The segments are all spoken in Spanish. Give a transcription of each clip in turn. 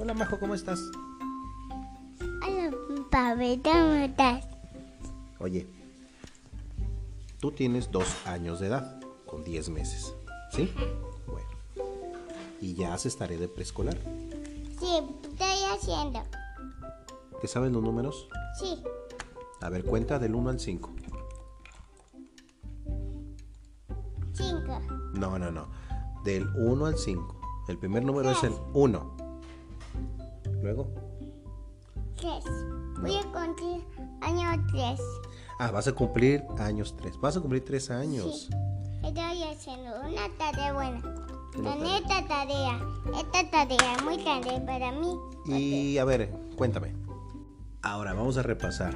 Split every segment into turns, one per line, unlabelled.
Hola Majo, ¿cómo estás?
Hola, papi, ¿cómo estás?
Oye, tú tienes dos años de edad, con 10 meses, ¿sí? Bueno, y ya haces tarea de preescolar.
Sí, estoy haciendo.
¿Te saben los números?
Sí,
A ver, cuenta del 1 al 5.
cinco.
No, no, no. Del 1 al 5. El primer número es el 1. Luego.
Tres. Voy a contar año tres.
Ah, vas a cumplir años 3. Vas a cumplir 3 años.
Sí. Estoy haciendo una tarea buena.
Una
Con esta tarea. Esta tarea es muy grande para mí.
Y a ver, cuéntame. Ahora vamos a repasar.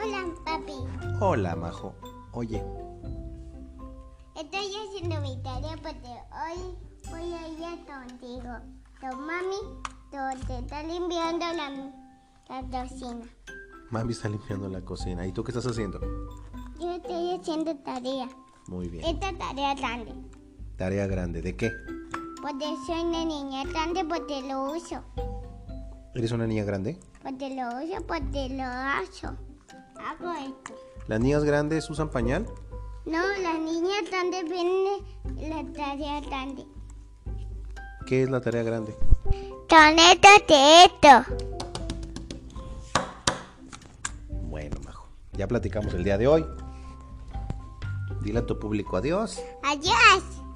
Hola, papi.
Hola, Majo. Oye,
Estoy haciendo mi tarea porque hoy voy a ir contigo. Con mami, donde está limpiando la, la cocina.
mami está limpiando la cocina. ¿Y tú qué estás haciendo?
Yo estoy haciendo tarea.
Muy bien.
Esta tarea es grande.
Tarea grande. ¿De qué?
Porque soy una niña grande porque lo uso.
¿Eres una niña grande?
Porque lo uso, porque lo hago. Hago esto.
¿Las niñas grandes usan pañal?
No, las niñas grandes vienen la tarea grande.
¿Qué es la tarea grande?
Son estos de esto.
Bueno, Majo. Ya platicamos el día de hoy. Dile a tu público adiós.
Adiós.